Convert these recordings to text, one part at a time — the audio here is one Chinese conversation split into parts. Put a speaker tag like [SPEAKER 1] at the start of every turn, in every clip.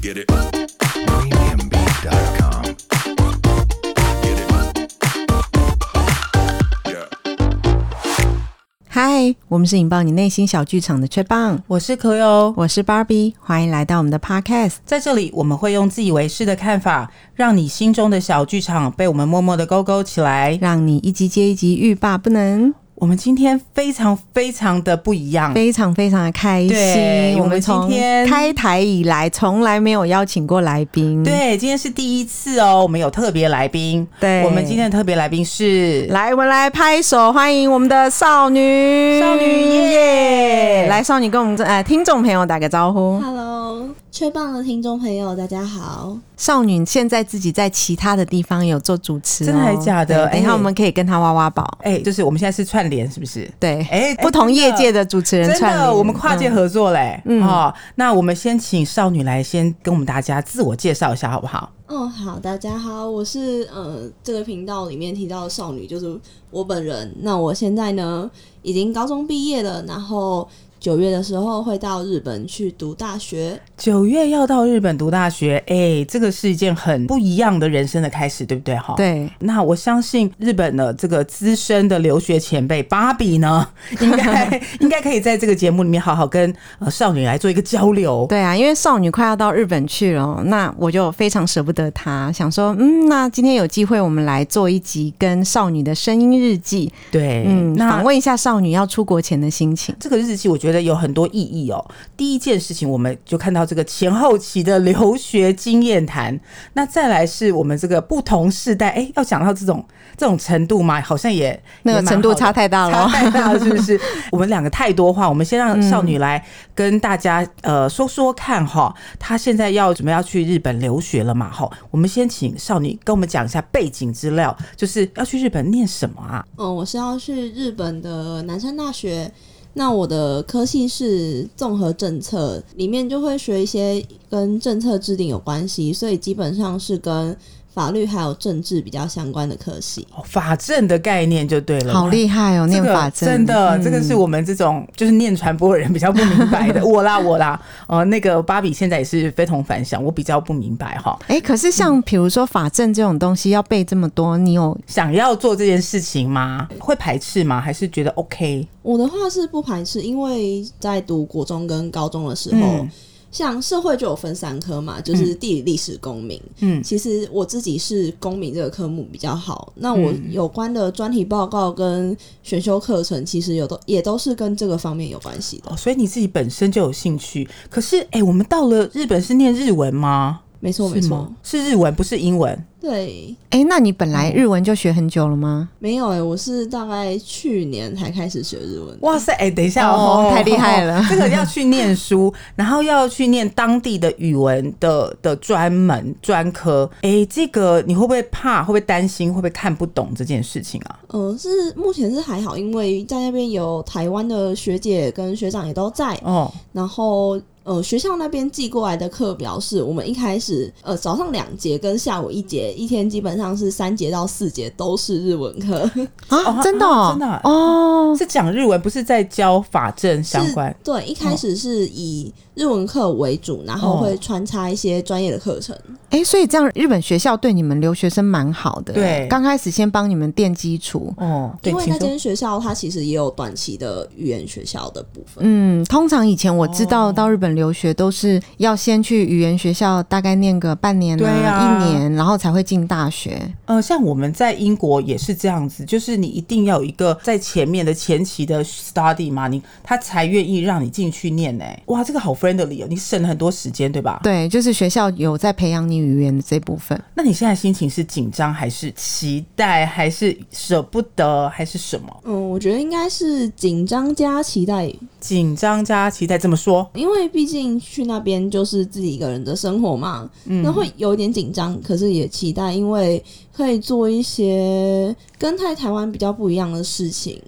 [SPEAKER 1] Get it. Premiumbeat.com. Get it. Yeah.
[SPEAKER 2] 嗨，我们是引爆你内心小剧场的吹棒，
[SPEAKER 3] 我是可优，
[SPEAKER 2] 我是 Barbie，欢迎来到我们的 Podcast。
[SPEAKER 3] 在这里我们会用自以为是的看法，让你心中的小剧场被我们默默的勾勾起来。
[SPEAKER 2] 让你一集接一集欲罢不能，
[SPEAKER 3] 我们今天非常非常的不一样，
[SPEAKER 2] 非常非常的开
[SPEAKER 3] 嗯对
[SPEAKER 2] 心。
[SPEAKER 3] 我们
[SPEAKER 2] 从
[SPEAKER 3] 今天
[SPEAKER 2] 开台以来，从来没有邀请过来宾。，
[SPEAKER 3] 对，今天是第一次哦，我们有特别来宾，
[SPEAKER 2] 对
[SPEAKER 3] 我们今天的特别来宾是
[SPEAKER 2] 来，我们来拍手欢迎我们的少女，
[SPEAKER 3] 少女耶，
[SPEAKER 2] 来，少女跟我们这呃听众朋友打个招呼。
[SPEAKER 4] Hello，吹棒的听众朋友，大家好。
[SPEAKER 2] 少女现在自己在其他的地方有做主持哦，
[SPEAKER 3] 真的还假的
[SPEAKER 2] 对等一下
[SPEAKER 3] 哎
[SPEAKER 2] 我们可以跟她挖挖宝。
[SPEAKER 3] 哎、就是我们现在是串联，是不是？
[SPEAKER 2] 对，
[SPEAKER 3] 哎
[SPEAKER 2] 不同业界
[SPEAKER 3] 的。
[SPEAKER 2] 的主持人
[SPEAKER 3] 真
[SPEAKER 2] 串
[SPEAKER 3] 的，
[SPEAKER 2] 联，
[SPEAKER 3] 我们跨界
[SPEAKER 2] 嗯
[SPEAKER 3] 合作嘞、
[SPEAKER 2] 嗯
[SPEAKER 3] 哦，那我们先请少女来先跟我们大家自我介绍一下，好不好？
[SPEAKER 4] 哦，好，大家好，我是呃这个频道里面提到的少女，就是我本人。那我现在呢已经高中毕业了，然后九月的时候会到日本去读大学。
[SPEAKER 3] 九月要到日本读大学，哎、这个是一件很不一样的人生的开始，对不对？哈，。
[SPEAKER 2] 对。
[SPEAKER 3] 那我相信日本的这个资深的留学前辈芭 比呢，应该应该可以在这个节目里面好好跟呃少女来做一个交流。
[SPEAKER 2] 对啊，因为少女快要到日本去了，那我就非常舍不得她，想说，嗯，那今天有机会我们来做一集跟少女的声音日记，
[SPEAKER 3] 对，
[SPEAKER 2] 嗯，
[SPEAKER 3] 那
[SPEAKER 2] 访问一下少女要出国前的心情。
[SPEAKER 3] 这个日期我觉得有很多意义哦。第一件事情，我们就看到这个前后期的留学经验谈，那再来是我们这个不同世代，哎，要讲到这种这种程度嘛，好像也
[SPEAKER 2] 那个
[SPEAKER 3] 也蛮
[SPEAKER 2] 程度
[SPEAKER 3] 好的
[SPEAKER 2] 差太大了嗯
[SPEAKER 3] 差太大了，是不 是？我们两个太多话，我们先让少女来跟大家、呃说说看哈，她现在要准备要去日本留学了嘛哈，我们先请少女跟我们讲一下背景资料，就是要去日本念什么啊？
[SPEAKER 4] 嗯，我是要去日本的南山大学。那我的科系是综合政策，里面就会学一些跟政策制定有关系，所以基本上是跟法律还有政治比较相关的科系。
[SPEAKER 3] 哦法政的概念就对了，
[SPEAKER 2] 好厉害哦，
[SPEAKER 3] 这
[SPEAKER 2] 念
[SPEAKER 3] 个
[SPEAKER 2] 法政
[SPEAKER 3] 真的，
[SPEAKER 2] 嗯
[SPEAKER 3] 这个是我们这种就是念传播的人比较不明 白的。我啦，我啦，呃，那个芭比现在也是非同凡响，我比较不明白哈。
[SPEAKER 2] 哎、可是像比如说法政这种东西要背这么多，你有
[SPEAKER 3] 想要做这件事情吗？会排斥吗？还是觉得 OK？
[SPEAKER 4] 我的话是不排斥，因为在读国中跟高中的时候，
[SPEAKER 3] 嗯
[SPEAKER 4] 像社会就有分三科嘛，就是地理、历史、公民。
[SPEAKER 3] 嗯
[SPEAKER 4] 其实我自己是公民这个科目比较好，那我
[SPEAKER 3] 嗯
[SPEAKER 4] 有关的专题报告跟选修课程，其实有都也都是跟这个方面有关系的。
[SPEAKER 3] 哦，所以你自己本身就有兴趣。可是，哎、我们到了日本是念日文吗？
[SPEAKER 4] 没错，没
[SPEAKER 3] 是
[SPEAKER 4] 错
[SPEAKER 3] 吗，？是日文，不是英文。
[SPEAKER 4] 对，
[SPEAKER 2] 哎、那你本来日文就学很久了吗？
[SPEAKER 4] 没有哎、我是大概去年才开始学日文的。
[SPEAKER 3] 哇塞，哎、等一下
[SPEAKER 2] 哦太厉害了
[SPEAKER 3] 这个要去念书，然后要去念当地的语文的的专门专科。哎、这个你会不会怕？会不会担心？会不会看不懂这件事情啊？
[SPEAKER 4] 嗯、是目前是还好，因为在那边有台湾的学姐跟学长也都在，
[SPEAKER 3] 哦，
[SPEAKER 4] 然后呃，学校那边寄过来的课表是我们一开始呃早上两节跟下午一节，一天基本上是三节到四节都是日文 课，
[SPEAKER 2] 啊，
[SPEAKER 3] 哦
[SPEAKER 2] 真的、
[SPEAKER 3] 啊
[SPEAKER 2] 哦，
[SPEAKER 3] 真的啊
[SPEAKER 2] 哦，
[SPEAKER 3] 是讲日文，不是在教法政相关
[SPEAKER 4] 是。对，一开始是以日文课为主，然后会穿插一些专业的课程。
[SPEAKER 3] 嗯
[SPEAKER 2] 哎、所以这样日本学校对你们留学生蛮好的，
[SPEAKER 3] 对
[SPEAKER 2] 刚开始先帮你们垫基础。
[SPEAKER 3] 哦，对，
[SPEAKER 4] 因为
[SPEAKER 3] 请
[SPEAKER 4] 那
[SPEAKER 3] 说。
[SPEAKER 4] 间学校它其实也有短期的语言学校的部分，
[SPEAKER 2] 嗯，通常以前我知道
[SPEAKER 3] 哦
[SPEAKER 2] 到日本留学都是要先去语言学校，大概念个半年
[SPEAKER 3] 对啊
[SPEAKER 2] 一年，然后才会进大学。
[SPEAKER 3] 呃，像我们在英国也是这样子，就是你一定要有一个在前面的前期的 study 嘛，你他才愿意让你进去念呢、哇，这个好 friendly 哦，你省了很多时间，对吧？
[SPEAKER 2] 对，就是学校有在培养你语言的这部分。
[SPEAKER 3] 那你现在心情是紧张，还是期待，还是舍不得，还是什么？
[SPEAKER 4] 嗯，我觉得应该是紧张加期待
[SPEAKER 3] 紧张加期待，这么说，
[SPEAKER 4] 因为毕竟去那边就是自己一个人的生活嘛，那会有点紧张，可是也期待，因为可以做一些跟在台湾比较不一样的事情。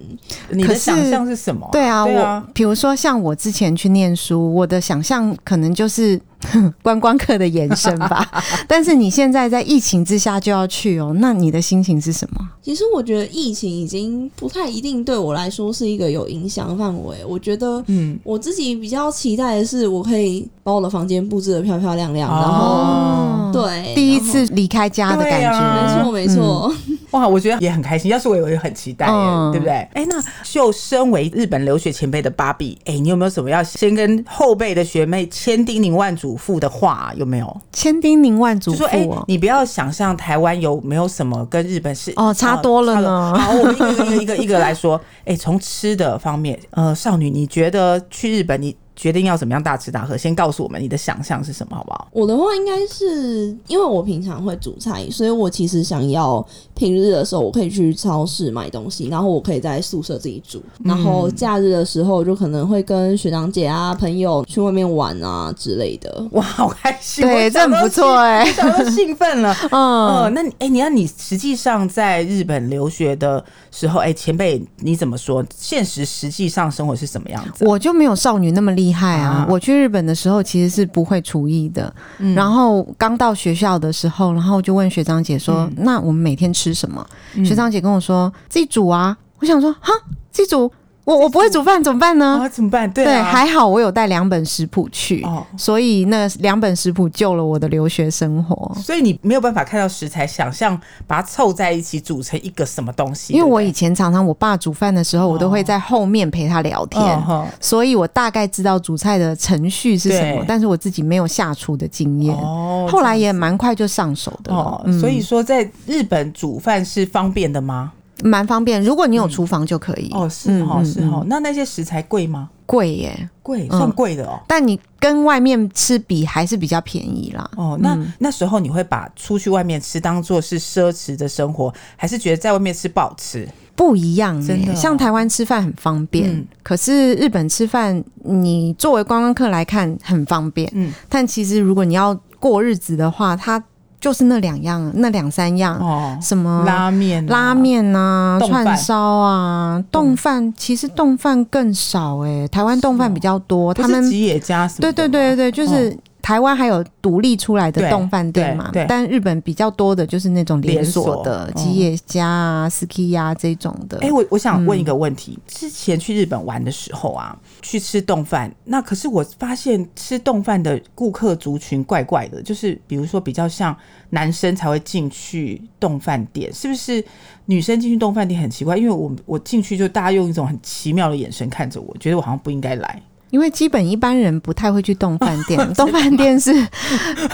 [SPEAKER 3] 你
[SPEAKER 2] 可
[SPEAKER 3] 的
[SPEAKER 2] 是
[SPEAKER 3] 想象是什么？
[SPEAKER 2] 对啊，
[SPEAKER 3] 对
[SPEAKER 2] 我
[SPEAKER 3] 啊，
[SPEAKER 2] 比如说像我之前去念书，我的想象可能就是 观光客的延伸吧。 但是你现在在疫情之下就要去哦，那你的心情是什么？
[SPEAKER 4] 其实我觉得疫情已经不太一定对我来说是一个有影响范围。我觉得
[SPEAKER 3] 嗯，
[SPEAKER 4] 我自己比较期待的是，我可以把我的房间布置的漂漂亮亮，然后
[SPEAKER 3] 哦，
[SPEAKER 4] 对
[SPEAKER 2] 第一
[SPEAKER 4] 然后
[SPEAKER 2] 次离开家的感
[SPEAKER 3] 对啊
[SPEAKER 2] 觉，
[SPEAKER 4] 没错没错，
[SPEAKER 3] 哇，我觉得也很开心。要是我，我也很期待耶，
[SPEAKER 2] 嗯
[SPEAKER 3] 对不对？哎，那就身为日本留学前辈的芭比，哎，你有没有什么要先跟后辈的学妹千叮咛万嘱咐的话？有没有？
[SPEAKER 2] 千叮咛万嘱
[SPEAKER 3] 就说哎
[SPEAKER 2] 咐哦，。
[SPEAKER 3] 你不要想象台湾有没有什么跟日本是
[SPEAKER 2] 哦差多了呢
[SPEAKER 3] 呃差多好，我 们一个一个一个一个来说。哎，从吃的方面，呃，少女，你觉得去日本你？决定要怎么样大吃大喝，先告诉我们你的想象是什么，好不好？
[SPEAKER 4] 我的话应该是因为我平常会煮菜，所以我其实想要平日的时候我可以去超市买东西，然后我可以在宿舍自己煮，然后假日的时候就可能会跟学长姐啊、朋友去外面玩啊之类的。
[SPEAKER 3] 哇，好开心！
[SPEAKER 2] 对，
[SPEAKER 3] 我
[SPEAKER 2] 这很
[SPEAKER 3] 想到
[SPEAKER 2] 不错哎、
[SPEAKER 3] 兴，我想到兴 奋了。
[SPEAKER 2] 嗯，
[SPEAKER 3] 哦，那你哎、你看你实际上在日本留学的时候，哎、前辈你怎么说？现实实际上生活是什么样子？
[SPEAKER 2] 我就没有少女那么厉害啊
[SPEAKER 3] 啊！嗯
[SPEAKER 2] 我去日本的时候其实是不会厨艺的，然后刚到学校的时候，然后就问学长姐说：“
[SPEAKER 3] 嗯
[SPEAKER 2] 那我们每天吃什么？”学长姐跟我说：“自己煮啊。”我想说：“哈，自己煮，我我不会煮饭怎么办呢
[SPEAKER 3] 啊，怎么办？？”对
[SPEAKER 2] 对，
[SPEAKER 3] 啊，
[SPEAKER 2] 还好我有带两本食谱去，
[SPEAKER 3] 哦，
[SPEAKER 2] 所以那两本食谱救了我的留学生活。
[SPEAKER 3] 所以你没有办法看到食材，想象把它凑在一起组成一个什么东西？
[SPEAKER 2] 因为
[SPEAKER 3] 对不
[SPEAKER 2] 我
[SPEAKER 3] 对
[SPEAKER 2] 以前常常我爸煮饭的时候，我都
[SPEAKER 3] 哦
[SPEAKER 2] 会在后面陪他聊天
[SPEAKER 3] 嗯，哼
[SPEAKER 2] 所以我大概知道煮菜的程序是什么
[SPEAKER 3] 对，
[SPEAKER 2] 但是我自己没有下厨的经验。
[SPEAKER 3] 哦
[SPEAKER 2] 后来也蛮快就上手的了
[SPEAKER 3] 哦，，所以说在日本煮饭是方便的吗？
[SPEAKER 2] 蛮方便。如果你有厨房就可以，
[SPEAKER 3] 哦，是哦，
[SPEAKER 2] 嗯
[SPEAKER 3] 是哦。那那些食材贵吗？
[SPEAKER 2] 贵耶，
[SPEAKER 3] 贵，
[SPEAKER 2] 嗯
[SPEAKER 3] 算贵的哦。
[SPEAKER 2] 但你跟外面吃比还是比较便宜啦。
[SPEAKER 3] 哦，那、那时候你会把出去外面吃当做是奢侈的生活，还是觉得在外面吃不好吃？
[SPEAKER 2] 不一样
[SPEAKER 3] 真
[SPEAKER 2] 耶、
[SPEAKER 3] 的哦
[SPEAKER 2] 像台湾吃饭很方便，
[SPEAKER 3] 嗯
[SPEAKER 2] 可是日本吃饭，你作为观光客来看很方便，
[SPEAKER 3] 嗯
[SPEAKER 2] 但其实如果你要过日子的话，它就是那两样，那两三样，
[SPEAKER 3] 哦，
[SPEAKER 2] 什么
[SPEAKER 3] 拉面、
[SPEAKER 2] 嗯拉。面啊、
[SPEAKER 3] 嗯冻饭
[SPEAKER 2] 串烧啊、冻饭，其实冻饭更少哎、台湾冻饭比较多，
[SPEAKER 3] 不
[SPEAKER 2] 他
[SPEAKER 3] 是
[SPEAKER 2] 们
[SPEAKER 3] 吉野家什么
[SPEAKER 2] 对
[SPEAKER 3] 的哦
[SPEAKER 2] 对对对，就是。台湾还有独立出来的
[SPEAKER 3] 对
[SPEAKER 2] 冻饭店嘛
[SPEAKER 3] 对对，
[SPEAKER 2] 但日本比较多的就是那种连锁的
[SPEAKER 3] 连锁
[SPEAKER 2] 吉野家啊、ski 呀这种的。
[SPEAKER 3] 哎、我我想问一
[SPEAKER 2] 嗯
[SPEAKER 3] 个问题、之前去日本玩的时候啊，去吃冻饭，那可是我发现吃冻饭的顾客族群怪怪的，就是比如说比较像男生才会进去冻饭店，是不是？女生进去冻饭店很奇怪，因为我我进去就大家用一种很奇妙的眼神看着我，觉得我好像不应该来。
[SPEAKER 2] 因为基本一般人不太会去冻饭
[SPEAKER 3] 哎
[SPEAKER 2] 店，冻饭店是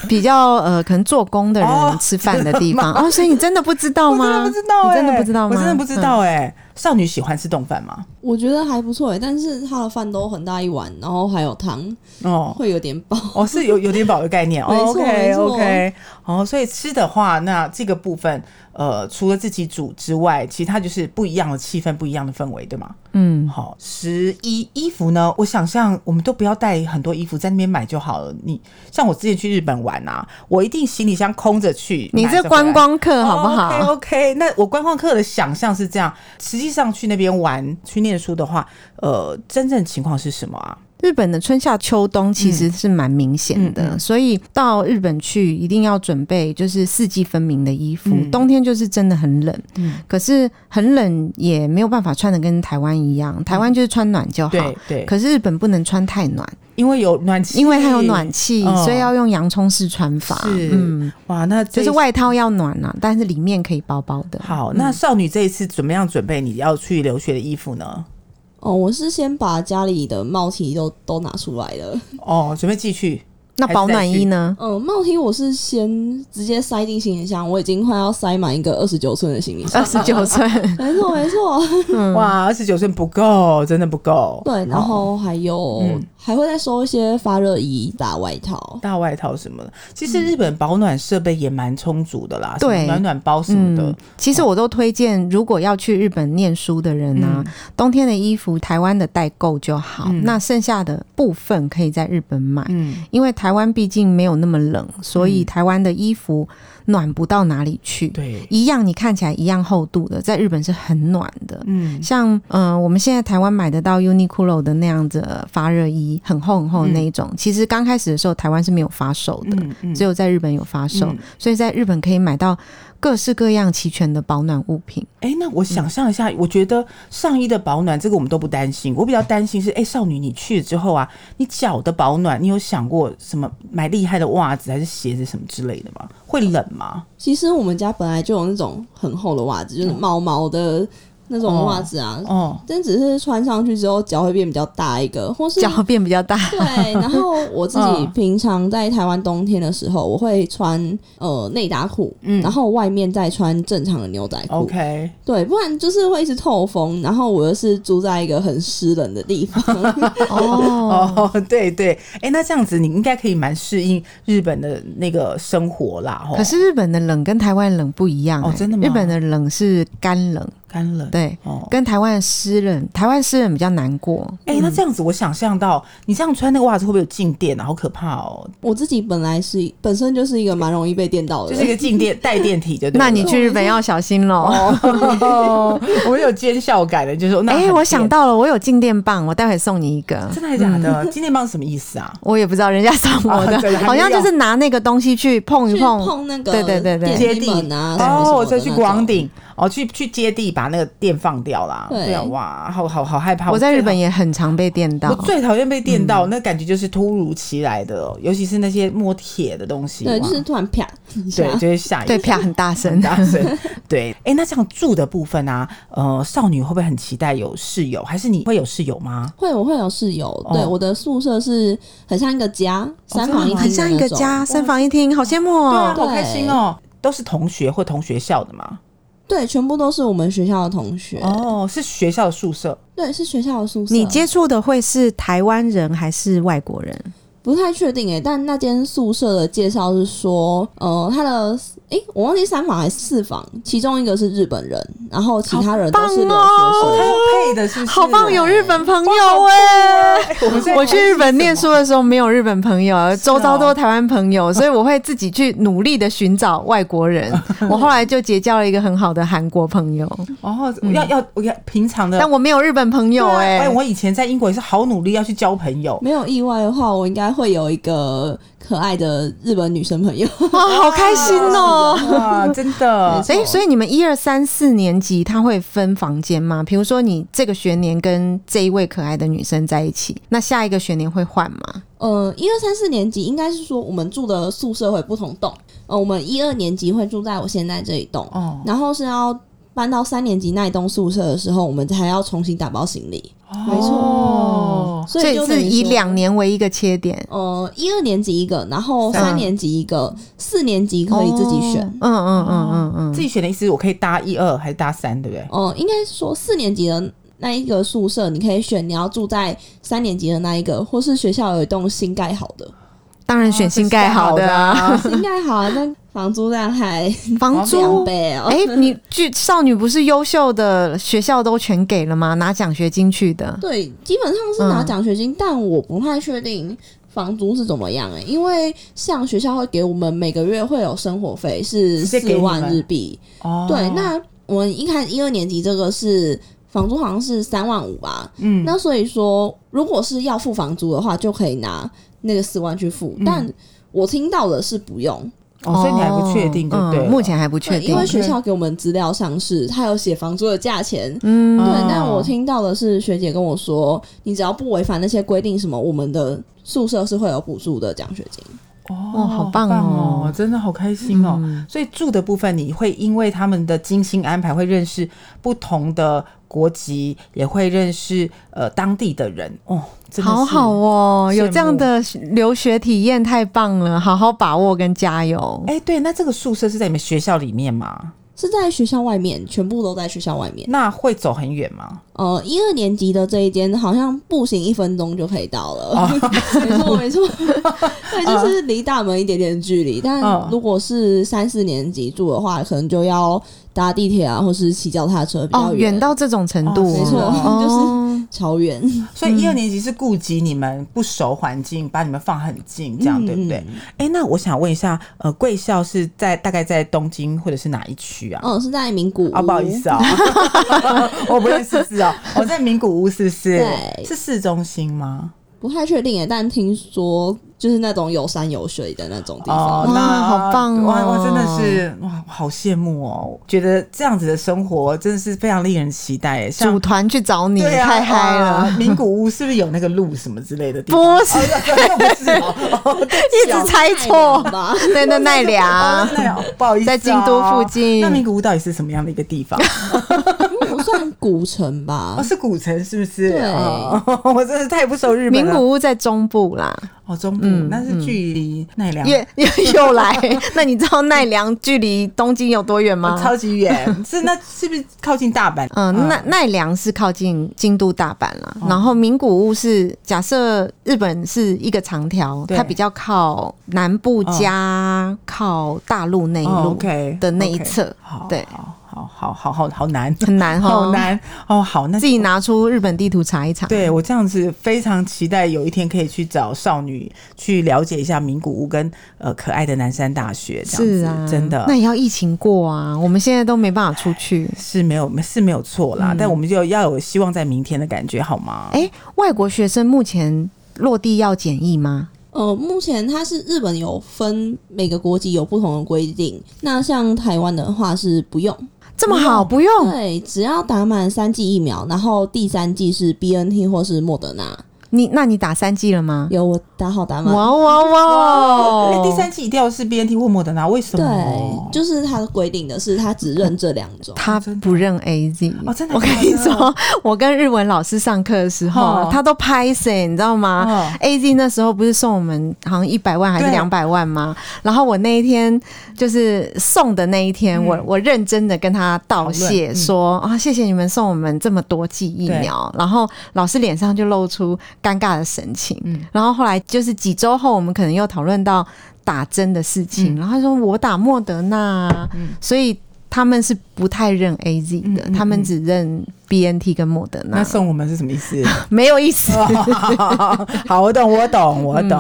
[SPEAKER 2] 比较呃可能做工的
[SPEAKER 3] 哦
[SPEAKER 2] 人吃饭的地 方哦，所以你真的不知道
[SPEAKER 3] 我真
[SPEAKER 2] 吗？
[SPEAKER 3] 的不知道、
[SPEAKER 2] 你
[SPEAKER 3] 哎，
[SPEAKER 2] 真的不知道吗？嗯
[SPEAKER 3] 我真的不知道、哎、少女喜欢吃冻饭吗？
[SPEAKER 4] 我觉得还不错诶，欸但是它的饭都很大一碗，然后还有汤，
[SPEAKER 3] 哦，
[SPEAKER 4] 会有点饱。
[SPEAKER 3] 哦，是有有点饱的概念。
[SPEAKER 4] 没错
[SPEAKER 3] o k
[SPEAKER 4] 没错
[SPEAKER 3] OK。哦，所以吃的话，那这个部分，呃，除了自己煮之外，其他就是不一样的气氛，不一样的氛围，对吗？
[SPEAKER 2] 嗯，
[SPEAKER 3] 好，十一衣服呢？我想象我们都不要带很多衣服，在那边买就好了。你像我之前去日本玩啊，我一定行李箱空着去。
[SPEAKER 2] 你
[SPEAKER 3] 拿
[SPEAKER 2] 这
[SPEAKER 3] 着回来哦
[SPEAKER 2] 观光客好不好？
[SPEAKER 3] o k OK，那我观光客的想象是这样，实际上去那边玩、去念书的话，呃，真正情况是什么啊？
[SPEAKER 2] 日本的春夏秋冬其实是蛮明显的，
[SPEAKER 3] 嗯嗯嗯嗯
[SPEAKER 2] 所以到日本去一定要准备就是四季分明的衣服。
[SPEAKER 3] 嗯
[SPEAKER 2] 冬天就是真的很冷，可是很冷也没有办法穿的跟台湾一样，台湾就是穿暖就好。
[SPEAKER 3] 嗯对对，
[SPEAKER 2] 可是日本不能穿太暖，
[SPEAKER 3] 因为有暖气，
[SPEAKER 2] 因为它有暖气，
[SPEAKER 3] 嗯
[SPEAKER 2] 所以要用洋葱式穿法。
[SPEAKER 3] 是
[SPEAKER 2] 嗯，
[SPEAKER 3] 哇，那
[SPEAKER 2] 就
[SPEAKER 3] 这一
[SPEAKER 2] 是外嗯套要暖啊，但是里面可以薄薄的。
[SPEAKER 3] 好。那少女这一次怎么样准备你要去留学的衣服呢？
[SPEAKER 4] 哦，我是先把家里的帽 T 都都拿出来了。
[SPEAKER 3] 哦，准备寄去
[SPEAKER 2] 那保暖衣呢？
[SPEAKER 4] 嗯，帽 T 我是先直接塞进行李箱，我已经快要塞满一个二十九寸的行李箱
[SPEAKER 2] 二。十九寸，
[SPEAKER 4] 没错，没错。
[SPEAKER 2] 嗯
[SPEAKER 3] 哇，二十九寸不够，真的不够。哦
[SPEAKER 4] 对，然后还有、
[SPEAKER 3] 嗯
[SPEAKER 4] 还会再收一些发热衣、大外套。
[SPEAKER 3] 大外套什么的。其实日本保暖设备也蛮充足的啦，
[SPEAKER 2] 对
[SPEAKER 3] 什么暖暖包什么的。
[SPEAKER 2] 其实我都推荐，如果要去日本念书的人啊，
[SPEAKER 3] 嗯
[SPEAKER 2] 冬天的衣服台湾的代购就好，那剩下的部分可以在日本买。
[SPEAKER 3] 嗯，
[SPEAKER 2] 因为台湾毕竟没有那么冷，所以台湾的衣服暖不到哪里去。
[SPEAKER 3] 对，
[SPEAKER 2] 一样你看起来一样厚度的，在日本是很暖的。
[SPEAKER 3] 嗯，
[SPEAKER 2] 像嗯、呃我们现在台湾买得到 Uniqlo 的那样子的发热衣，很厚很厚的那一种。其实刚开始的时候，台湾是没有发售的，
[SPEAKER 3] 嗯嗯
[SPEAKER 2] 只有在日本有发售，
[SPEAKER 3] 嗯
[SPEAKER 2] 所以在日本可以买到各式各样齐全的保暖物品。
[SPEAKER 3] 哎、那我
[SPEAKER 2] 嗯
[SPEAKER 3] 想象一下，我觉得上衣的保暖这个我们都不担心，我比较担心是，哎、少女你去了之后啊，你脚的保暖，你有想过什么买厉害的袜子还是鞋子什么之类的吗？会冷吗？
[SPEAKER 4] 其实我们家本来就有那种很厚的袜子，就是毛毛的那种袜子啊，
[SPEAKER 3] 嗯哦，
[SPEAKER 4] 但只是穿上去之后脚会变比较大一个，或是
[SPEAKER 2] 脚变比较大，
[SPEAKER 4] 对，然后 我自
[SPEAKER 3] 嗯
[SPEAKER 4] 己平常在台湾冬天的时候，我会穿呃内搭裤，
[SPEAKER 3] 嗯
[SPEAKER 4] 然后外面再穿正常的牛仔裤。
[SPEAKER 3] ，OK，
[SPEAKER 4] 对，不然就是会一直透风。然后我又是住在一个很湿冷的地 方，
[SPEAKER 2] 哦，
[SPEAKER 3] 哦， 对对，哎、那这样子你应该可以蛮适应日本的那个生活啦，吼
[SPEAKER 2] 可是日本的冷跟台湾冷不一样、
[SPEAKER 3] 哦
[SPEAKER 2] 欸
[SPEAKER 3] 真的吗
[SPEAKER 2] 日本的冷是干冷，
[SPEAKER 3] 干冷，
[SPEAKER 2] 对，
[SPEAKER 3] 哦。
[SPEAKER 2] 跟台湾的湿冷，台湾湿冷比较难过。
[SPEAKER 3] 哎、那这样子，我想象到你这样穿那个袜子会不会有静电啊？好可怕哦！
[SPEAKER 4] 我自己本来是本身就是一个蛮容易被电到的
[SPEAKER 3] 就
[SPEAKER 4] 人，
[SPEAKER 3] 是一个静电带电体就
[SPEAKER 2] 哦
[SPEAKER 3] 对了，
[SPEAKER 2] 那你去日本要小心喽。
[SPEAKER 3] 哦，我有奸笑感的，就是说那
[SPEAKER 2] 哎、
[SPEAKER 3] 很
[SPEAKER 2] 我想
[SPEAKER 3] 贱
[SPEAKER 2] 到了，嗯我有静电棒，我待会送你一个。
[SPEAKER 3] 真的还假的？今天棒是什么意 思啊？
[SPEAKER 2] 我也不知道人家送我 的，
[SPEAKER 3] 啊对还没
[SPEAKER 2] 好像就是拿那个东西去碰一
[SPEAKER 4] 去
[SPEAKER 2] 碰。
[SPEAKER 4] 碰那个
[SPEAKER 2] 对对对对
[SPEAKER 4] 电梯门啊，什么什么
[SPEAKER 3] 哦，
[SPEAKER 4] 的
[SPEAKER 3] 再
[SPEAKER 4] 那
[SPEAKER 3] 去
[SPEAKER 4] 种
[SPEAKER 3] 广。顶，哦，去去接地把那个电放掉啦。
[SPEAKER 4] 对
[SPEAKER 3] 对啊，哇，好好好害怕！
[SPEAKER 2] 我在
[SPEAKER 3] 最
[SPEAKER 2] 日本
[SPEAKER 3] 讨。
[SPEAKER 2] 也很常被电到嗯
[SPEAKER 3] 我。最讨厌被电到，那感觉就是突如其来的哦，尤其是那些摸铁的东西，
[SPEAKER 4] 对，
[SPEAKER 3] 哇
[SPEAKER 4] 就是突然啪一下
[SPEAKER 3] 对，就，会吓一
[SPEAKER 2] 对，
[SPEAKER 3] 跳
[SPEAKER 2] 啪很大声。
[SPEAKER 3] 大 声。对，哎，那这样住的部分啊，呃，少女会不会很期待有室友？还是你会有室友吗？
[SPEAKER 4] 会我会有室友，对，
[SPEAKER 3] 哦
[SPEAKER 4] 我的宿舍是很像一个家，三房一厅，
[SPEAKER 2] 很像一个
[SPEAKER 3] 哦
[SPEAKER 2] 家，。三房一厅，好羡慕
[SPEAKER 3] 对啊，
[SPEAKER 2] 哦！
[SPEAKER 3] 好开心哦！都是同学或同学校的吗？
[SPEAKER 4] 对，全部都是我们学校的同学。
[SPEAKER 3] 哦，是学校的宿舍，
[SPEAKER 4] 对，是学校的宿舍。
[SPEAKER 2] 你接触的会是台湾人还是外国人？
[SPEAKER 4] 不太确定诶、欸但那间宿舍的介绍是说，呃，他的诶、我忘记三房还是四房，其中一个是日本人，然后其他人都是留学
[SPEAKER 3] 他
[SPEAKER 2] 哦
[SPEAKER 4] 生。
[SPEAKER 3] 要配的是不是
[SPEAKER 2] 好棒，有日本朋友哎、
[SPEAKER 3] 哎我们在
[SPEAKER 2] 我去日本念书的时候没有日本朋友，
[SPEAKER 3] 哦
[SPEAKER 2] 周遭都是台湾朋 友，所以我会自己去努力的寻找外国人。我后来就结交了一个很好的韩国朋友，
[SPEAKER 3] 哦，要要我要平常
[SPEAKER 2] 嗯
[SPEAKER 3] 的
[SPEAKER 2] 但我没有日本朋友
[SPEAKER 3] 对啊
[SPEAKER 2] 哎、
[SPEAKER 3] 哎， 我以前在英国也是好努力要去交朋友，
[SPEAKER 4] 没有意外的话，我应该会有一个可爱的日本女生朋友。
[SPEAKER 2] 哇，好开心哦！
[SPEAKER 3] 哇，真的
[SPEAKER 4] 没
[SPEAKER 2] 哎、
[SPEAKER 4] 错
[SPEAKER 2] 所以你们一二三四年级他会分房间吗？比如说你这个学年跟这一位可爱的女生在一起，那下一个学年会换吗？
[SPEAKER 4] 呃，一二三四年级应该是说我们住的宿舍会不同栋。呃，我们一二年级会住在我现在这一栋，
[SPEAKER 3] 哦
[SPEAKER 4] 然后是要搬到三年级那一栋宿舍的时候，我们还要重新打包行李。
[SPEAKER 2] 哦
[SPEAKER 4] 没错
[SPEAKER 3] 错
[SPEAKER 4] 所
[SPEAKER 2] 所
[SPEAKER 4] 以
[SPEAKER 2] 以
[SPEAKER 4] 就是等于
[SPEAKER 2] 以
[SPEAKER 4] 说
[SPEAKER 2] 两年为一个切点。
[SPEAKER 4] 呃，一二年级一个，然后
[SPEAKER 2] 三
[SPEAKER 4] 三年级一个，四年级可以自己选。
[SPEAKER 2] 嗯嗯嗯嗯嗯，
[SPEAKER 3] 自己选的意思，我可以搭一二还是搭三，对不对？
[SPEAKER 4] 哦、应该是说四年级的那一个宿舍，你可以选你要住在三年级的那一个，或是学校有一栋新盖好的，
[SPEAKER 2] 当然选新盖好的啊。
[SPEAKER 3] 啊，
[SPEAKER 4] 新盖好啊，那房租量还
[SPEAKER 2] 房
[SPEAKER 4] 两
[SPEAKER 2] 租。
[SPEAKER 4] 倍哦、
[SPEAKER 2] 哎、你剧少女不是优秀的学校都全给了吗？拿奖学金去的，
[SPEAKER 4] 对，基本上是拿
[SPEAKER 2] 嗯
[SPEAKER 4] 奖学金，但我不太确定房租是怎么样哎、因为像学校会给我们每个月会有生活费是
[SPEAKER 3] 直接给
[SPEAKER 4] 四
[SPEAKER 3] 你们
[SPEAKER 4] 万日币，
[SPEAKER 3] 哦
[SPEAKER 4] 对，那我们一开始一二年级这个是房租好像是三万五吧，
[SPEAKER 3] 嗯
[SPEAKER 4] 那所以说如果是要付房租的话，就可以拿那个四万去付，
[SPEAKER 3] 嗯
[SPEAKER 4] 但我听到的是不用，
[SPEAKER 3] 哦，所以你还不确定，对不对了？
[SPEAKER 2] 嗯目前还不确
[SPEAKER 4] 对，
[SPEAKER 2] 定
[SPEAKER 4] 因为。学校给我们资料上是它有写房租的价钱。
[SPEAKER 2] 嗯，
[SPEAKER 4] 对
[SPEAKER 3] 哦，
[SPEAKER 4] 但我听到的是学姐跟我说，你只要不违反那些规定，什么我们的宿舍是会有补助的奖学金。
[SPEAKER 3] 哦
[SPEAKER 2] 哇好棒哦嗯
[SPEAKER 3] 哦，真的好开心哦。所以住的部分，你会因为他们的精心安排，会认识不同的国籍，也会认识呃当地的人哦，真的是
[SPEAKER 2] 好好。哦，有
[SPEAKER 3] 羡慕
[SPEAKER 2] 这样的留学体验太棒了，好好把握跟加油。
[SPEAKER 3] 哎、对，那这个宿舍是在你们学校里面吗？
[SPEAKER 4] 是在学校外面，全部都在学校外 面。
[SPEAKER 3] 那会走很远吗？
[SPEAKER 4] 呃，一二年级的这一间好像步行一分钟就可以到了，没错没错， 对，就是离大门一点点距
[SPEAKER 3] 嗯
[SPEAKER 4] 离。但如果是三四年级住的话，可能就要搭地铁啊，或是骑脚踏车比较
[SPEAKER 2] 哦，远到这种程度、
[SPEAKER 3] 哦
[SPEAKER 4] 没错，
[SPEAKER 2] 哦
[SPEAKER 4] 就是超远，
[SPEAKER 3] 所
[SPEAKER 2] 嗯
[SPEAKER 3] 以一二年级是顾及你们不熟环境，把你们放很近，这样、对不对？
[SPEAKER 4] 嗯？
[SPEAKER 3] 哎、那我想问一下，呃，贵校是在大概在东京或者是哪一区
[SPEAKER 2] 哦
[SPEAKER 3] 啊？
[SPEAKER 4] 嗯，是在名古屋。
[SPEAKER 3] 啊，不好意思啊、 我不认识字哦。我在名古屋，是不是？
[SPEAKER 4] 对
[SPEAKER 3] 是市中心吗？
[SPEAKER 4] 不太确定耶，但听说就是那种有山有水的那种地方。
[SPEAKER 3] 哦，
[SPEAKER 2] 哇
[SPEAKER 3] 那
[SPEAKER 2] 好棒哦
[SPEAKER 3] 哇，我真的是哇，好羡慕哦！觉得这样子的生活真的是非常令人期待耶。像
[SPEAKER 2] 组团去找你，
[SPEAKER 3] 对啊，
[SPEAKER 2] 太嗨
[SPEAKER 3] 哇
[SPEAKER 2] 了！！
[SPEAKER 3] 名古屋是不是有那个路什么之类的地
[SPEAKER 2] 不
[SPEAKER 3] 方？
[SPEAKER 2] 是，
[SPEAKER 3] 哦不是哦，哦 对
[SPEAKER 2] 一直猜错，
[SPEAKER 4] 吧？
[SPEAKER 2] 对， 那奈良
[SPEAKER 3] 哦，那样不好意思哦，
[SPEAKER 2] 在京都附近
[SPEAKER 3] 那名古屋到底是什么样的一个地方？
[SPEAKER 4] 不算古城
[SPEAKER 3] 哦，
[SPEAKER 4] 吧？
[SPEAKER 3] 是古城是不是？
[SPEAKER 4] 对
[SPEAKER 3] 哦，我真的太不熟日本
[SPEAKER 2] 名
[SPEAKER 3] 了。
[SPEAKER 2] 古屋在中部啦，
[SPEAKER 3] 哦，中部
[SPEAKER 2] 嗯
[SPEAKER 3] 那是距离奈良
[SPEAKER 2] 也也又来。 那你知道奈良距离东京有多远吗？
[SPEAKER 3] 超级远，是那是不是靠近大阪？
[SPEAKER 2] 嗯，奈奈良是靠近京都、大阪啦，
[SPEAKER 3] 哦
[SPEAKER 2] 然后名古屋是假设日本是一个长条，
[SPEAKER 3] 对
[SPEAKER 2] 它比较靠南部加靠大陆那一
[SPEAKER 3] 哦
[SPEAKER 2] 路
[SPEAKER 3] OK
[SPEAKER 2] 的那一侧，
[SPEAKER 3] 好，
[SPEAKER 2] 对
[SPEAKER 3] 好，好，好，好，好，好难，
[SPEAKER 2] 很难哈，
[SPEAKER 3] 好，难哦，好，那
[SPEAKER 2] 自己拿出日本地图查一查。
[SPEAKER 3] 对我这样子非常期待有一天可以去找少女去了解一下名古屋跟呃可爱的南山大学，这样
[SPEAKER 2] 是
[SPEAKER 3] 子、
[SPEAKER 2] 啊，
[SPEAKER 3] 真的
[SPEAKER 2] 那也要疫情过啊，我们现在都没办法出去。
[SPEAKER 3] 是没有是没有错啦，
[SPEAKER 2] 嗯
[SPEAKER 3] 但我们就要有希望在明天的感觉好吗？
[SPEAKER 2] 哎、外国学生目前落地要检疫吗？
[SPEAKER 4] 呃，目前它是日本有分每个国籍有不同的规定，那像台湾的话是不用，
[SPEAKER 2] 这么好，不用
[SPEAKER 4] 对，只要打满三剂疫苗，然后第三剂是 B N T 或是莫德纳，
[SPEAKER 2] 你？那你打三剂了吗？
[SPEAKER 4] 有我打好打
[SPEAKER 2] 哇
[SPEAKER 4] 满。
[SPEAKER 2] 哇哇！
[SPEAKER 3] 啊哎第三期一定要是 BNT 或莫德纳，为什
[SPEAKER 4] 哦对
[SPEAKER 3] 么？，
[SPEAKER 4] 就是它的规定的是，它只认这两种。
[SPEAKER 2] 他
[SPEAKER 3] 真的
[SPEAKER 2] 不认 A Z
[SPEAKER 3] 哦真的
[SPEAKER 2] 我跟
[SPEAKER 3] 假的
[SPEAKER 2] 你说，我跟日文老师上课的时候
[SPEAKER 3] 哦
[SPEAKER 2] 啊，他都拍谁，你知道吗、
[SPEAKER 3] 哦
[SPEAKER 4] 啊
[SPEAKER 2] a Z 那时候不是送我们好像一百万还是
[SPEAKER 3] 对
[SPEAKER 2] 两百万吗？然后我那一天就是送的那一天，我我认真的跟他道
[SPEAKER 3] 嗯讨
[SPEAKER 2] 谢
[SPEAKER 3] 论嗯
[SPEAKER 2] 说、啊，谢谢你们送我们这么多剂疫苗。然后老师脸上就露出尴尬的神情。
[SPEAKER 3] 嗯
[SPEAKER 2] 然后后来就是几周后，我们可能又讨论到打针的事情，
[SPEAKER 3] 嗯
[SPEAKER 2] 然后他说我打莫德纳啊、所以他们是不太认 A Z
[SPEAKER 3] 嗯
[SPEAKER 2] 的，他们只认 B N T 跟莫德纳
[SPEAKER 3] 那，送我们是什么意思？
[SPEAKER 2] 没有意思。
[SPEAKER 3] 好，我懂，我懂，我懂。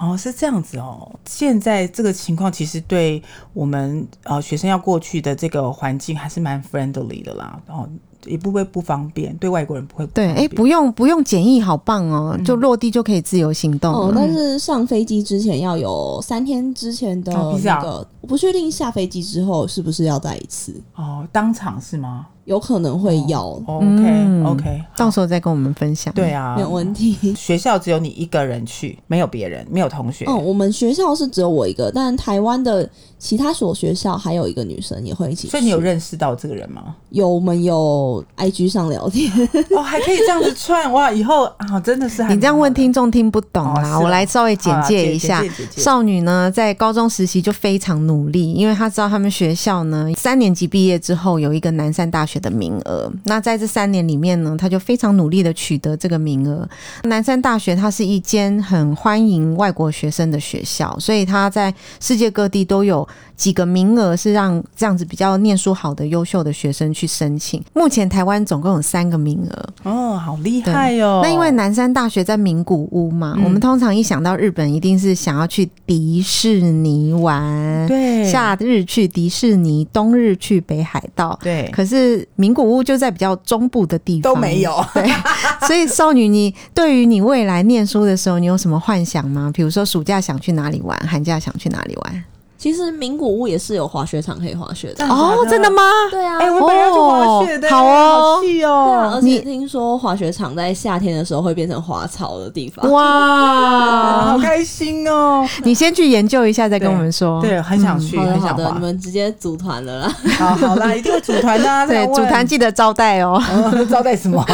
[SPEAKER 4] 嗯
[SPEAKER 3] 哦，是这样子哦。现在这个情况其实对我们呃学生要过去的这个环境还是蛮 friendly 的啦。哦，也不会不方便，对外国人不会不
[SPEAKER 2] 对，
[SPEAKER 3] 方
[SPEAKER 2] 哎、
[SPEAKER 3] 便
[SPEAKER 2] 不用不用检疫，好棒哦，
[SPEAKER 3] 嗯
[SPEAKER 2] 就落地就可以自由行动啊
[SPEAKER 4] 哦，
[SPEAKER 2] 了。
[SPEAKER 4] 但是上飞机之前要有三天之前的
[SPEAKER 3] 哦
[SPEAKER 4] 那
[SPEAKER 3] PCR
[SPEAKER 4] 个，我不确定下飞机之后是不是要再一次，
[SPEAKER 3] 哦，当场是吗
[SPEAKER 4] 有可能
[SPEAKER 3] 哦
[SPEAKER 4] 会要，
[SPEAKER 3] ？OK OK，
[SPEAKER 2] 到时候再跟我们分享。
[SPEAKER 3] 对，啊
[SPEAKER 4] 嗯没，有 问题。
[SPEAKER 3] 学校只有你一个人去，没有别人，没有同学。
[SPEAKER 4] 哦，我们学校是只有我一个，但台湾的其他所学校还有一个女生也会一起去。
[SPEAKER 3] 所以你有认识到这个人吗？
[SPEAKER 4] 有我们有 IG 上聊天，
[SPEAKER 3] 哦，还可以这样子串哇！以后啊，真的是还
[SPEAKER 2] 你这样问听众听不懂
[SPEAKER 3] 哦是
[SPEAKER 2] 啦，
[SPEAKER 3] 啊
[SPEAKER 2] 我来稍微简介一
[SPEAKER 3] 好
[SPEAKER 2] 下
[SPEAKER 3] 啦简介简介。
[SPEAKER 2] 少女呢，在高中时期就非常努力，因为她知道他们学校呢，三年级毕业之后有一个南山大学的名额。那在这三年里面呢，她就非常努力的取得这个名额。南山大学它是一间很欢迎外国学生的学校，所以它在世界各地都有几个名额是让这样子比较念书好的优秀的学生去申请。目前台湾总共有三个名额，
[SPEAKER 3] 哦，好厉害哦！
[SPEAKER 2] 那因为南山大学在名古屋嘛，
[SPEAKER 3] 嗯
[SPEAKER 2] 我们通常一想到日本，一定是想要去迪士尼玩，
[SPEAKER 3] 对
[SPEAKER 2] 夏日去迪士尼，冬日去北海道。
[SPEAKER 3] 对
[SPEAKER 2] 可是名古屋就在比较中部的地方，
[SPEAKER 3] 都没有。
[SPEAKER 2] 对，所以少女，你对于你未来念书的时候，你有什么幻想吗？比如说暑假想去哪里玩，寒假想去哪里玩？
[SPEAKER 4] 其实名古屋也是有滑雪场可以滑雪的。
[SPEAKER 2] 哦，真的吗？
[SPEAKER 4] 对啊，
[SPEAKER 3] 哎、我本来要去滑雪的，
[SPEAKER 2] 哦好哦
[SPEAKER 3] 好气
[SPEAKER 4] 对
[SPEAKER 3] 哦
[SPEAKER 4] 啊，而且听说滑雪场在夏天的时候会变成滑草的地方。
[SPEAKER 3] 啊好
[SPEAKER 2] 哇！
[SPEAKER 3] 开 心哦！
[SPEAKER 2] 你先去研究一下，再跟我们说。嗯
[SPEAKER 3] 对，很想去，
[SPEAKER 4] 好的
[SPEAKER 3] 很
[SPEAKER 4] 好
[SPEAKER 3] 想
[SPEAKER 4] 的，
[SPEAKER 3] 滑
[SPEAKER 4] 你。们直接组团了 啦。
[SPEAKER 3] 好好啦，一定会组团的、啊，
[SPEAKER 2] 对，组团记得招待哦。
[SPEAKER 3] 记招待什么？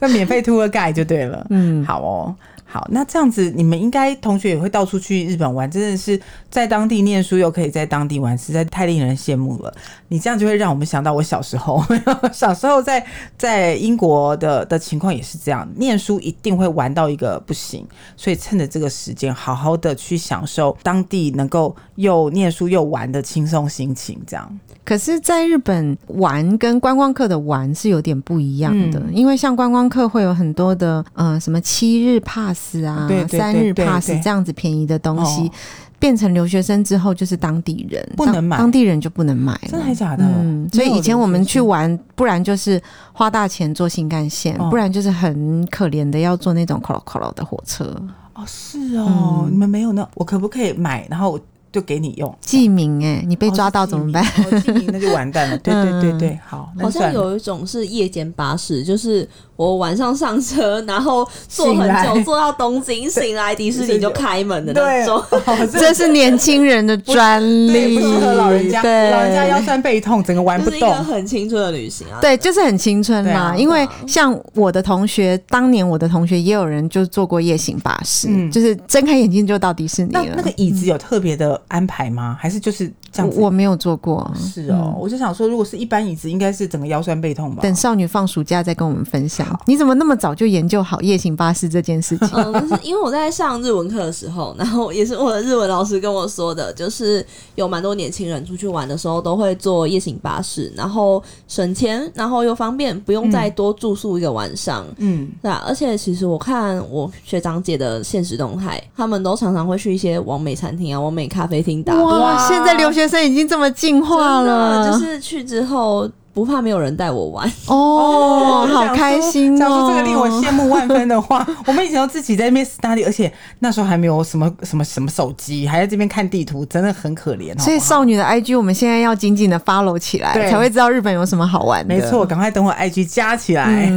[SPEAKER 3] 那免费 tour guide 就对了。嗯，好哦。好，那这样子你们应该同学也会到处去日本玩，真的是在当地念书又可以在当地玩，实在太令人羡慕了。你这样就会让我们想到我小时候， 小时候在在英国的的情况也是这样，念书一定会玩到一个不行，所以趁着这个时间好好的去享受当地能够又念书又玩的轻松心情，这样。
[SPEAKER 2] 可是，在日本玩跟观光客的玩是有点不一样的，
[SPEAKER 3] 嗯
[SPEAKER 2] 因为像观光客会有很多的呃什么七日 pass 啊、
[SPEAKER 3] 对对对
[SPEAKER 2] 三日
[SPEAKER 3] 对
[SPEAKER 2] pass
[SPEAKER 3] 对
[SPEAKER 2] 这样子便宜的东西，
[SPEAKER 3] 哦
[SPEAKER 2] 变成留学生之后就是当地人
[SPEAKER 3] 不能
[SPEAKER 2] 当
[SPEAKER 3] 买
[SPEAKER 2] 当地人就不能买了，
[SPEAKER 3] 真的还假的？
[SPEAKER 2] 嗯，所以以前我们去玩，不然就是花大钱坐新干线，
[SPEAKER 3] 哦
[SPEAKER 2] 不然就是很可怜的要坐那种 colo colo 的火车。
[SPEAKER 3] 哦，是哦，
[SPEAKER 2] 嗯
[SPEAKER 3] 你们没有那，我可不可以买，然后我就给你用？
[SPEAKER 2] 记名哎、你被抓到怎么 办？
[SPEAKER 3] 哦？是记名哦记名那就完 蛋
[SPEAKER 2] 嗯
[SPEAKER 3] 了。对对对对，好，那
[SPEAKER 4] 好
[SPEAKER 3] 算
[SPEAKER 4] 像
[SPEAKER 3] 了
[SPEAKER 4] 有一种是夜间巴士，就是我晚上上车，然后坐
[SPEAKER 3] 醒
[SPEAKER 4] 很
[SPEAKER 3] 来
[SPEAKER 4] 久，坐到东京，醒来 迪士尼就开门的那
[SPEAKER 3] 对，
[SPEAKER 4] 种
[SPEAKER 3] 哦。这
[SPEAKER 2] 这是年轻人的专
[SPEAKER 3] 对
[SPEAKER 2] 利，
[SPEAKER 3] 不适合老人家，
[SPEAKER 2] 对
[SPEAKER 3] 老人家腰酸背痛，整个玩
[SPEAKER 4] 就
[SPEAKER 3] 不
[SPEAKER 4] 是一个
[SPEAKER 3] 动。
[SPEAKER 4] 很青春的旅行啊！
[SPEAKER 2] 对，就是很青春
[SPEAKER 3] 对
[SPEAKER 2] 啦。
[SPEAKER 3] 啊
[SPEAKER 2] 因为像我的同学，当年我的同学也有人就坐过夜行巴士，
[SPEAKER 3] 嗯
[SPEAKER 2] 就是睁开眼睛就到迪士尼
[SPEAKER 3] 那
[SPEAKER 2] 了。
[SPEAKER 3] 那个椅子有特别的安排吗？还是就是这样子？
[SPEAKER 2] 我我没有坐过，啊嗯
[SPEAKER 3] 是哦，我就想说，如果是一般椅子，应该是整个腰酸背痛吧？
[SPEAKER 2] 等少女放暑假再跟我们分享。你怎么那么早就研究好夜行巴士这件事情？
[SPEAKER 4] 嗯，但是因为我在上日文课的时候，然后也是我的日文老师跟我说的，就是有蛮多年轻人出去玩的时候都会坐夜行巴士，然后省钱，然后又方便，不用再多住宿一个晚上。
[SPEAKER 3] 嗯，
[SPEAKER 4] 对啊，而且其实我看我学长姐的现实动态，他们都常常会去一些完美餐厅啊、完美咖啡厅打工，
[SPEAKER 2] 哇，现在留学生已经这么进化
[SPEAKER 4] 真
[SPEAKER 2] 了，
[SPEAKER 4] 的就是去之后不怕没有人带我玩，
[SPEAKER 2] 哦
[SPEAKER 3] 我，就想
[SPEAKER 2] 好开
[SPEAKER 3] 说
[SPEAKER 2] 心
[SPEAKER 3] 想
[SPEAKER 2] 哦！
[SPEAKER 3] 说这个令我羡慕万分的话， 我们以前都自己在那边 study，而且那时候还没有什么什么什么手机，还在这边看地图，真的很可怜。哦
[SPEAKER 2] 所以
[SPEAKER 3] 好不好
[SPEAKER 2] 少女的 IG 我们现在要紧紧的 follow 起来，
[SPEAKER 3] 对
[SPEAKER 2] 才会知道日本有什么好玩的。嗯
[SPEAKER 3] 没错，，赶快等我 IG 加起来。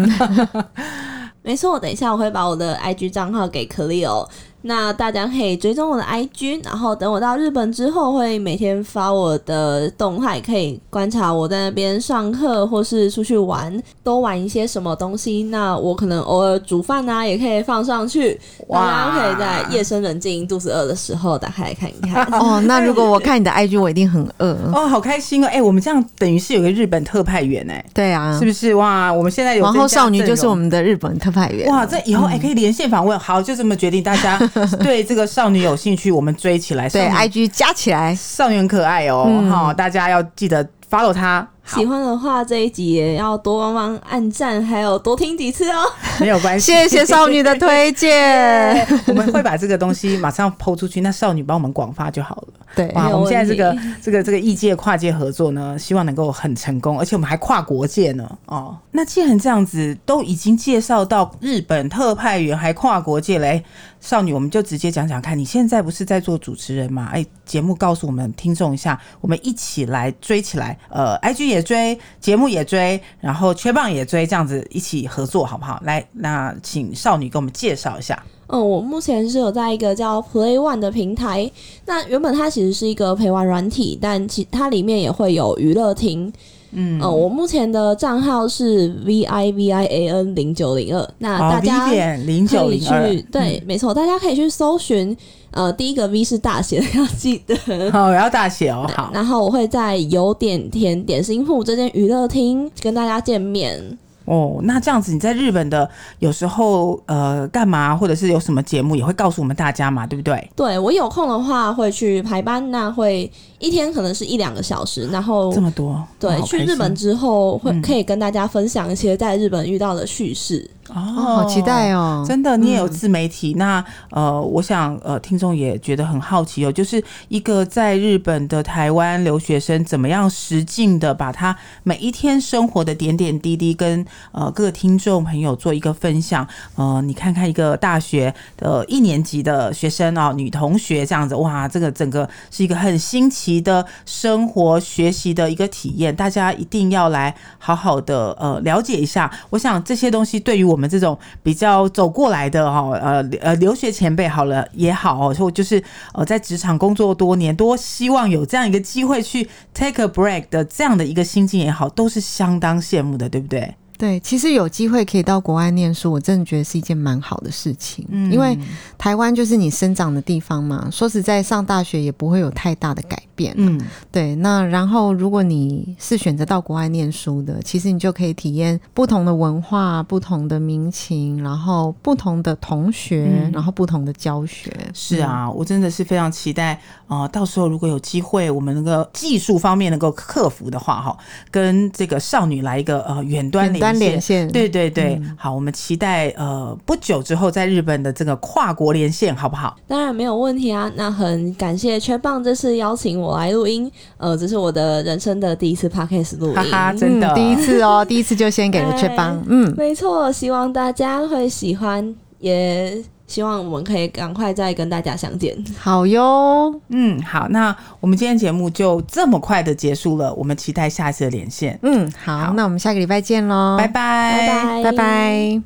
[SPEAKER 4] 没错，等一下我会把我的 IG 账号给 Cleo，那大家可以追踪我的 IG，然后等我到日本之后会每天发我的动态，可以观察我在那边上课或是出去玩，都玩一些什么东西。那我可能偶尔煮饭啊，也可以放上去，
[SPEAKER 3] 哇
[SPEAKER 4] 大家可以在夜深人静、肚子饿的时候打开来看一看。
[SPEAKER 2] 哦，那如果我看你的 IG，我一定很饿。
[SPEAKER 3] 哦，好开心哦！哎、我们这样等于是有个日本特派员哎、
[SPEAKER 2] 对啊
[SPEAKER 3] 是，不是哇？我们现在有
[SPEAKER 2] 皇后
[SPEAKER 3] 增加
[SPEAKER 2] 少女
[SPEAKER 3] 阵
[SPEAKER 2] 就是
[SPEAKER 3] 容
[SPEAKER 2] 我们的嗯日本特派员。
[SPEAKER 3] 哇，这以后哎、可以连线访问，好，就这么决定。大 家对这个少女有兴趣，我们追起来。
[SPEAKER 2] 对哎嗯
[SPEAKER 3] 少女
[SPEAKER 2] ，IG 加起来，
[SPEAKER 3] 少女很可爱哦，好、大家要记得 follow 她。好
[SPEAKER 4] 喜，欢的话，这一集也要多帮忙按赞，还有多听几次哦。
[SPEAKER 3] 没有关系，
[SPEAKER 2] 谢谢少女的推荐。
[SPEAKER 3] 我们会把这个东西马上抛出去，那少女帮我们广发就好了。
[SPEAKER 2] 对，
[SPEAKER 3] 哇，
[SPEAKER 4] 没有
[SPEAKER 3] 我们现在这个
[SPEAKER 4] 问
[SPEAKER 3] 这个这个异界跨界合作呢，希望能够很成功，而且我们还跨国界呢。哦，那既然这样子都已经介绍到日本特派员，还跨国界嘞，少女，我们就直接讲讲看，你现在不是在做主持人嘛？哎，节目告诉我们听众一下，我们一起来追起来，呃，IG 也追，节目也追，然后缺棒也追，这样子一起合作好不好？来，那请少女给我们介绍一下。
[SPEAKER 4] 嗯，我目前是有在一个叫 Play One 的平台。那原本它其实是一个陪玩软体，但其它里面也会有娱乐厅。嗯，呃，我目前的账号是 V I V I A N 零九零二。那
[SPEAKER 3] 好
[SPEAKER 4] 啊大家
[SPEAKER 3] 零点零九
[SPEAKER 4] 可以
[SPEAKER 3] 零
[SPEAKER 4] 去
[SPEAKER 3] 二，嗯
[SPEAKER 4] 对，没错，大家可以去搜寻。呃，第一个 V 是大写的， 要记得。
[SPEAKER 3] 好，然后大写哦，好。
[SPEAKER 4] 然后我会在有点甜点心铺这间娱乐厅跟大家见面。
[SPEAKER 3] 哦，那这样子你在日本的有时候呃干嘛，或者是有什么节目也会告诉我们大家嘛，对不对？
[SPEAKER 4] 对我有空的话会去排班，那会一天可能是一两个小时，然后
[SPEAKER 3] 这么多，
[SPEAKER 4] 对，
[SPEAKER 3] 哦
[SPEAKER 4] 去日本之后
[SPEAKER 3] 嗯
[SPEAKER 4] 会可以跟大家分享一些在日本遇到的趣事。
[SPEAKER 3] 好开
[SPEAKER 2] 哦，
[SPEAKER 3] 心哦，
[SPEAKER 2] 好期待哦！
[SPEAKER 3] 真的，你也有自媒体，那呃，我想呃，听众也觉得很好奇哦，就是一个在日本的台湾留学生，怎么样实境的把他每一天生活的点点滴滴跟呃各个听众朋友做一个分享。呃，你看看一个大学的一年级的学生哦，女同学这样子，哇，这个整个是一个很新奇的生活学习的一个体验，大家一定要来好好的呃了解一下。我想这些东西对于我们这种比较走过来的哈、哦，呃呃留学前辈好了也好哦，或就是呃在职场工作多年，多希望有这样一个机会去 take a break 的这样的一个心境也好，都是相当羡慕的，对不对？
[SPEAKER 2] 对，其实有机会可以到国外念书，我真的觉得是一件蛮好的事情，
[SPEAKER 3] 嗯
[SPEAKER 2] 因为台湾就是你生长的地方嘛。说实在，上大学也不会有太大的改变。
[SPEAKER 3] 嗯，
[SPEAKER 2] 对，那然后如果你是选择到国外念书的，其实你就可以体验不同的文化、不同的民情，然后不同的同学，
[SPEAKER 3] 嗯
[SPEAKER 2] 然后不同的教学。
[SPEAKER 3] 是
[SPEAKER 2] 嗯
[SPEAKER 3] 啊，我真的是非常期待呃，到时候如果有机会，我们能够技术方面能够克服的话，哈，跟这个少女来一个呃远端
[SPEAKER 2] 远端连线嗯
[SPEAKER 3] 对对对，好，我们期待呃不久之后在日本的这个跨国连线，好不好？
[SPEAKER 4] 当然没有问题啊。那很感谢缺棒这次邀请我来录音，呃，这是我的人生的第一次 podcast 录音，
[SPEAKER 3] 哈哈，真的，
[SPEAKER 2] 嗯第一次哦，第一次就先给了雀帮，嗯，
[SPEAKER 4] 没错，希望大家会喜欢，也希望我们可以赶快再跟大家相见。
[SPEAKER 2] 好哟，
[SPEAKER 3] 嗯，好，那我们今天节目就这么快的结束了，我们期待下一次的连线，
[SPEAKER 2] 嗯，好，
[SPEAKER 3] 好
[SPEAKER 2] 那我们下个礼拜见喽，
[SPEAKER 3] 拜拜，
[SPEAKER 4] 拜
[SPEAKER 2] 拜拜。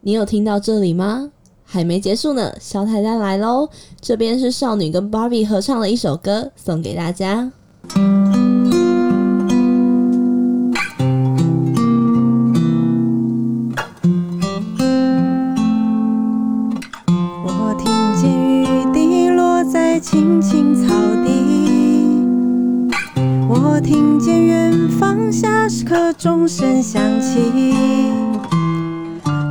[SPEAKER 4] 你有听到这里吗？还没结束呢，小彩蛋来喽！这边是少女跟 Barbie 合唱的一首歌，送给大家。
[SPEAKER 5] 我听见雨滴落在青青草地，我听见远方下课钟声响起，